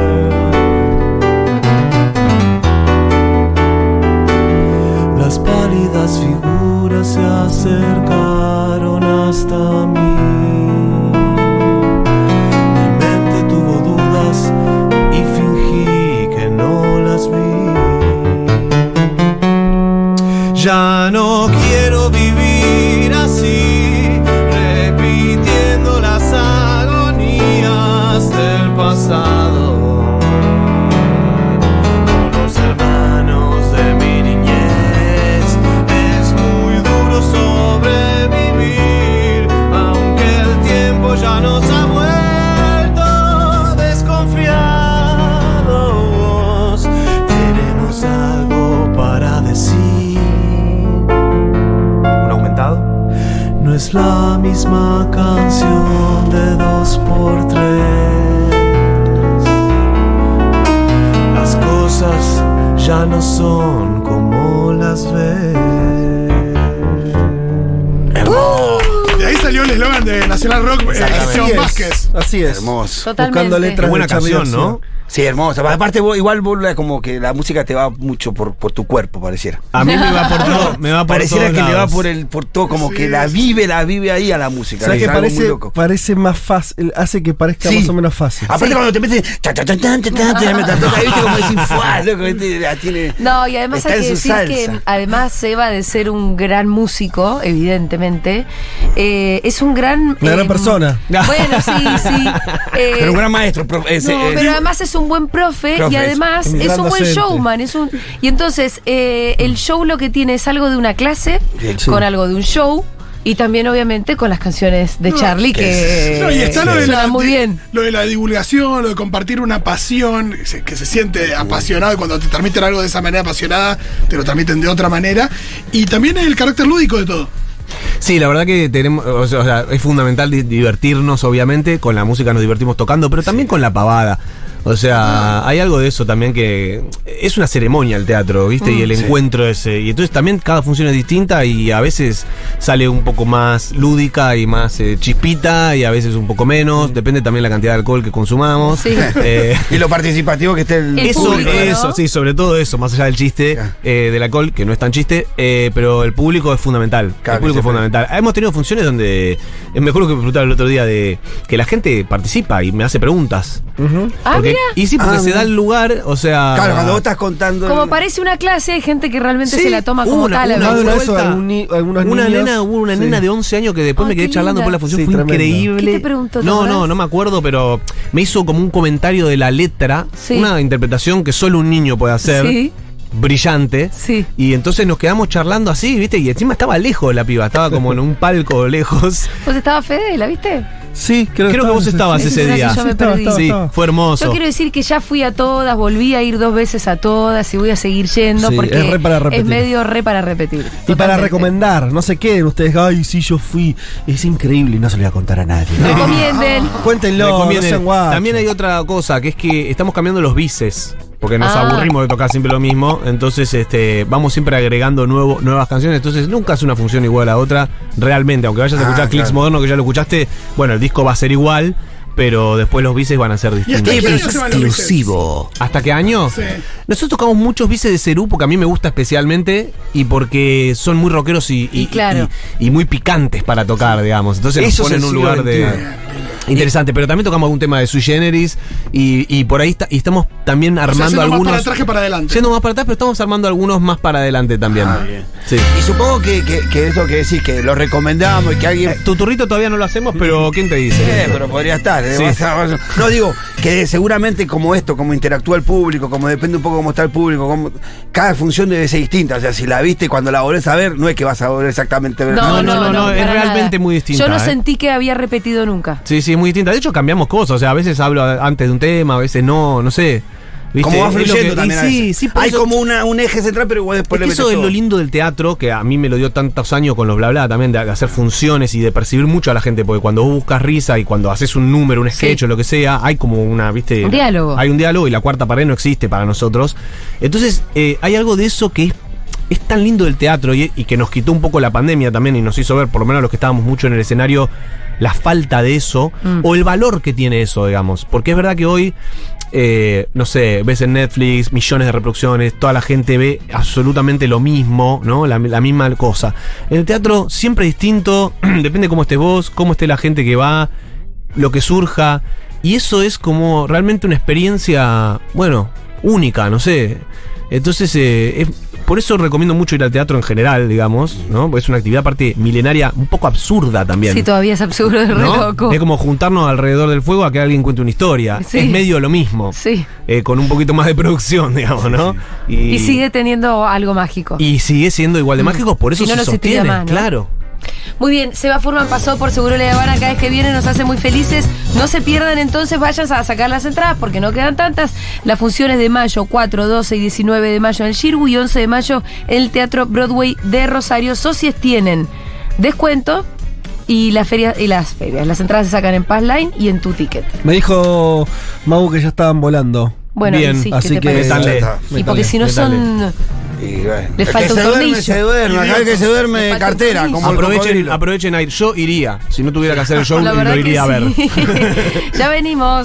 S9: Las pálidas figuras se
S7: pasado con los hermanos de mi niñez. Es muy duro sobrevivir, aunque el tiempo ya nos ha vuelto desconfiados. Tenemos algo para decir. ¿Un aumentado? No es la misma canción de dos por tres. Las cosas ya no son como las ves.
S6: De ahí salió el eslogan de Nacional Rock, eh, Esteban Vázquez.
S5: Así es.
S3: Hermoso.
S4: Totalmente.
S5: Buscando letras.
S7: buena
S5: de Charly
S7: canción, ¿no?
S5: García.
S3: Sí, hermosa. Aparte, vos- igual vos la- como que la música te va mucho por, por tu cuerpo, pareciera.
S7: A mí me va por todo, me va por
S3: Pareciera
S7: todos
S3: que le va
S7: lados.
S3: por el por todo, como
S6: Sí.
S3: que la vive, la vive ahí a la música.
S5: O sea
S3: Es
S5: que
S3: algo muy
S5: parece,
S3: loco.
S5: parece más fácil, hace que parezca
S3: Sí.
S5: más o menos fácil.
S7: Ah,
S3: Aparte cuando te metes, cha, cha, cha, chan, cha, cha, te metes, toca, viste como decís, "Fuá, loco, este la tiene.
S4: No, y además
S3: está
S4: hay
S3: en
S4: que
S3: su
S4: decir que eh,
S3: salsa".
S4: además Eva de ser un gran músico, evidentemente, eh, es un gran...
S5: Una gran
S4: eh,
S5: persona.
S4: Bueno, sí, sí. eh,
S3: Pero un gran maestro, profe, ese,
S4: no,
S3: eh,
S4: pero además es un buen profe,
S3: Profe,
S4: y
S3: es
S4: además
S5: un
S4: es,
S5: gran
S4: un buen
S5: docente.
S4: showman. Es un, y entonces eh, el show lo que tiene es algo de una clase,
S3: Bien,
S5: sí.
S4: con algo de un show, y también obviamente con las canciones de Charlie
S3: Eh,
S4: que,
S6: No, y está lo de, la,
S4: suenan muy
S6: di-
S4: bien.
S6: lo de la divulgación, lo de compartir una pasión, que se- que se siente apasionado y cuando te transmiten algo de esa manera apasionada, te lo transmiten de otra manera. Y también el carácter lúdico de todo.
S7: Sí, la verdad que tenemos, o sea, o sea, es fundamental di- divertirnos, obviamente, con la música nos divertimos tocando, pero también con la pavada. O sea, hay algo de eso también que es una ceremonia el teatro, ¿viste? y el encuentro ese. Y entonces también cada función es distinta y a veces sale un poco más lúdica y más eh, chispita y a veces un poco menos. Depende también la cantidad de alcohol que consumamos.
S4: Sí.
S7: Eh,
S3: y lo participativo que esté el,
S4: El
S7: eso,
S4: público, ¿no?
S7: eso, sí, sobre todo eso, más allá del chiste
S3: Ya.
S7: eh, del alcohol, que no es tan chiste, eh, pero el público es fundamental.
S3: Claro,
S7: el público
S3: siempre.
S7: es fundamental. Hemos tenido funciones donde, eh, me acuerdo que me preguntaron el otro día de que la gente participa y me hace preguntas.
S4: Ah,
S7: Porque-
S4: mira.
S7: Y sí, porque
S3: Ah,
S7: se
S3: mira.
S7: da el lugar, o sea...
S3: Claro, cuando vos estás contando.
S4: Como
S3: el-
S4: parece una clase, hay gente que realmente
S7: Sí,
S4: se la toma como
S7: una-
S4: tal. a
S7: una-
S5: No,
S4: veces.
S5: no, eso,
S7: vuelta.
S5: algún ni- algunos
S7: una
S5: niños-
S7: nena, hubo una
S5: sí.
S7: nena de 11 años que después
S4: Ay,
S7: me quedé
S4: qué
S7: charlando
S4: linda.
S7: por la función,
S5: Sí,
S7: fue
S5: tremendo.
S7: increíble.
S4: ¿Qué te preguntó, te
S7: No,
S4: acordás?
S7: no, no me acuerdo, pero me hizo como un comentario de la letra,
S4: Sí.
S7: una interpretación que solo un niño puede hacer.
S4: Sí.
S7: Brillante.
S4: Sí.
S7: Y entonces nos quedamos charlando así, ¿viste? Y encima estaba lejos la piba, estaba como en un palco lejos.
S4: Pues estaba Fede, ¿la viste?
S5: Sí, creo,
S7: Creo que
S5: estaba-
S7: vos estabas
S5: sí,
S7: ese
S5: sí,
S7: día.
S5: sí,
S4: Yo me
S5: estaba,
S4: perdí.
S5: estaba,
S7: Sí,
S5: estaba.
S7: fue
S4: Yo
S7: hermoso.
S4: quiero decir que ya fui a todas, volví a ir dos veces a todas y voy a seguir yendo
S5: Sí,
S4: porque
S5: es re para repetir.
S4: es medio re para repetir.
S5: Y para
S4: Totalmente.
S5: recomendar, no se queden ustedes, ay, sí, yo fui, es increíble y no se lo voy a contar a nadie.
S4: Recomienden.
S5: Cuéntenlo,
S7: Recomienden.
S5: no sean guapos.
S7: También hay otra cosa, que es que estamos cambiando los bices. Porque nos
S4: Ah.
S7: aburrimos de tocar siempre lo mismo. Entonces, este, vamos siempre agregando nuevo, nuevas canciones. Entonces, nunca es una función igual a otra. Realmente, aunque vayas a
S3: Ah,
S7: escuchar Clicks
S3: claro.
S7: Moderno, que ya lo escuchaste, bueno, el disco va a ser igual, pero después los bices van a ser
S6: Y hasta
S7: distintos.
S6: qué año se van los
S3: Exclusivo.
S7: ¿Hasta qué año?
S6: Sí.
S7: Nosotros tocamos muchos bices de Cerú porque a mí me gusta especialmente y porque son muy rockeros y,
S4: Y claro.
S7: y- y muy picantes para tocar, digamos. Entonces nos
S3: Eso es
S7: ponen en
S3: el
S7: un
S3: siglo
S7: lugar de.
S3: XXI.
S7: Interesante, pero también tocamos algún tema de sui generis y, y por ahí está, y estamos también
S6: O sea,
S7: armando
S6: yendo más
S7: algunos.
S6: para atrás que para adelante.
S7: Yendo más para atrás, pero estamos armando algunos más para adelante también.
S3: Ah,
S7: Sí.
S3: Y supongo que, que, que eso que decís, que lo recomendamos y que alguien.
S7: Tu turrito Eh, todavía no lo hacemos, pero ¿quién te dice?
S3: Eh, pero podría estar. eh,
S7: Sí.
S3: vas a- vas a- No digo que seguramente como esto, como interactúa el público, como depende un poco cómo está el público, como cada función debe ser distinta. O sea, si la viste cuando la volvés a ver, no es que vas a volver exactamente a ver.
S7: No, no, no, es
S4: para
S7: realmente muy distinta,
S4: Yo no
S7: eh.
S4: sentí que había repetido nunca.
S7: Sí, sí, es muy distinta. De hecho, cambiamos cosas. O sea, a veces hablo a- antes de un tema, a veces no, no sé. ¿Viste?
S3: Como va
S7: Es lo que-
S3: fluyendo
S7: y
S3: también. a
S7: Sí,
S3: veces.
S7: sí, por
S3: Hay
S7: eso-
S3: como una, un eje central, pero igual
S7: Es
S3: después
S7: que
S3: le metes
S7: eso es
S3: todo.
S7: lo lindo del teatro, que a mí me lo dio tantos años con los bla bla también, de hacer funciones y de percibir mucho a la gente, porque cuando vos buscas risa y cuando haces un número, un sketch
S4: Sí.
S7: o lo que sea, hay como una, viste...
S4: Un diálogo.
S7: Hay un diálogo y la cuarta pared no existe para nosotros. Entonces, eh, hay algo de eso que es, es tan lindo del teatro y, y que nos quitó un poco la pandemia también y nos hizo ver, por lo menos los que estábamos mucho en el escenario, la falta de eso
S4: Mm.
S7: o el valor que tiene eso, digamos. Porque es verdad que hoy eh, no sé, ves en Netflix millones de reproducciones, toda la gente ve absolutamente lo mismo, ¿no? La, la misma cosa. En el teatro siempre distinto, depende cómo estés vos, cómo esté la gente que va, lo que surja. Y eso es como realmente una experiencia, bueno, única, no sé. Entonces, eh, es- Por eso recomiendo mucho ir al teatro en general, digamos, ¿no? Porque es una actividad aparte milenaria un poco absurda también.
S4: Sí, todavía es absurdo, es re
S7: ¿no?
S4: loco.
S7: Es como juntarnos alrededor del fuego a que alguien cuente una historia.
S4: Sí.
S7: Es medio lo mismo.
S4: Sí.
S7: Eh, con un poquito más de producción, digamos, ¿no?
S4: Y sigue teniendo algo mágico.
S7: y sigue siendo igual de mágico, por eso
S4: Si no,
S7: se
S4: no existiría
S7: sostiene,
S4: más, ¿no?
S7: claro.
S4: Muy bien, Seba Furman pasó por Seguro Le Habana cada vez que viene, nos hace muy felices. No se pierdan entonces, vayan a sacar las entradas porque no quedan tantas. Las funciones de mayo, 4, 12 y 19 de mayo en el Shirgu y 11 de mayo en el Teatro Broadway de Rosario. Socios tienen descuento y las ferias y las ferias. Las entradas se sacan en Passline y en tu ticket.
S5: Me dijo Mau que ya estaban volando.
S4: Bueno,
S7: Bien,
S4: sí, ¿qué
S5: así
S4: te
S5: que-
S4: parece?
S7: Métanle.
S3: está.
S4: Y porque si no son.
S3: Y bueno.
S4: Le
S3: El
S4: falta
S3: que
S4: un
S3: se duerme,
S4: tornillo.
S3: se duerme. Acá el que se
S4: Le
S3: duerme
S4: falta un
S3: cartera,
S4: tornillo.
S3: como el
S7: Aprovechen,
S3: cocodrilo.
S7: aprovechen a ir. Yo iría. Si no tuviera que hacer el show,
S4: La
S7: lo
S4: verdad
S7: iría a ver.
S4: que sí. ya venimos.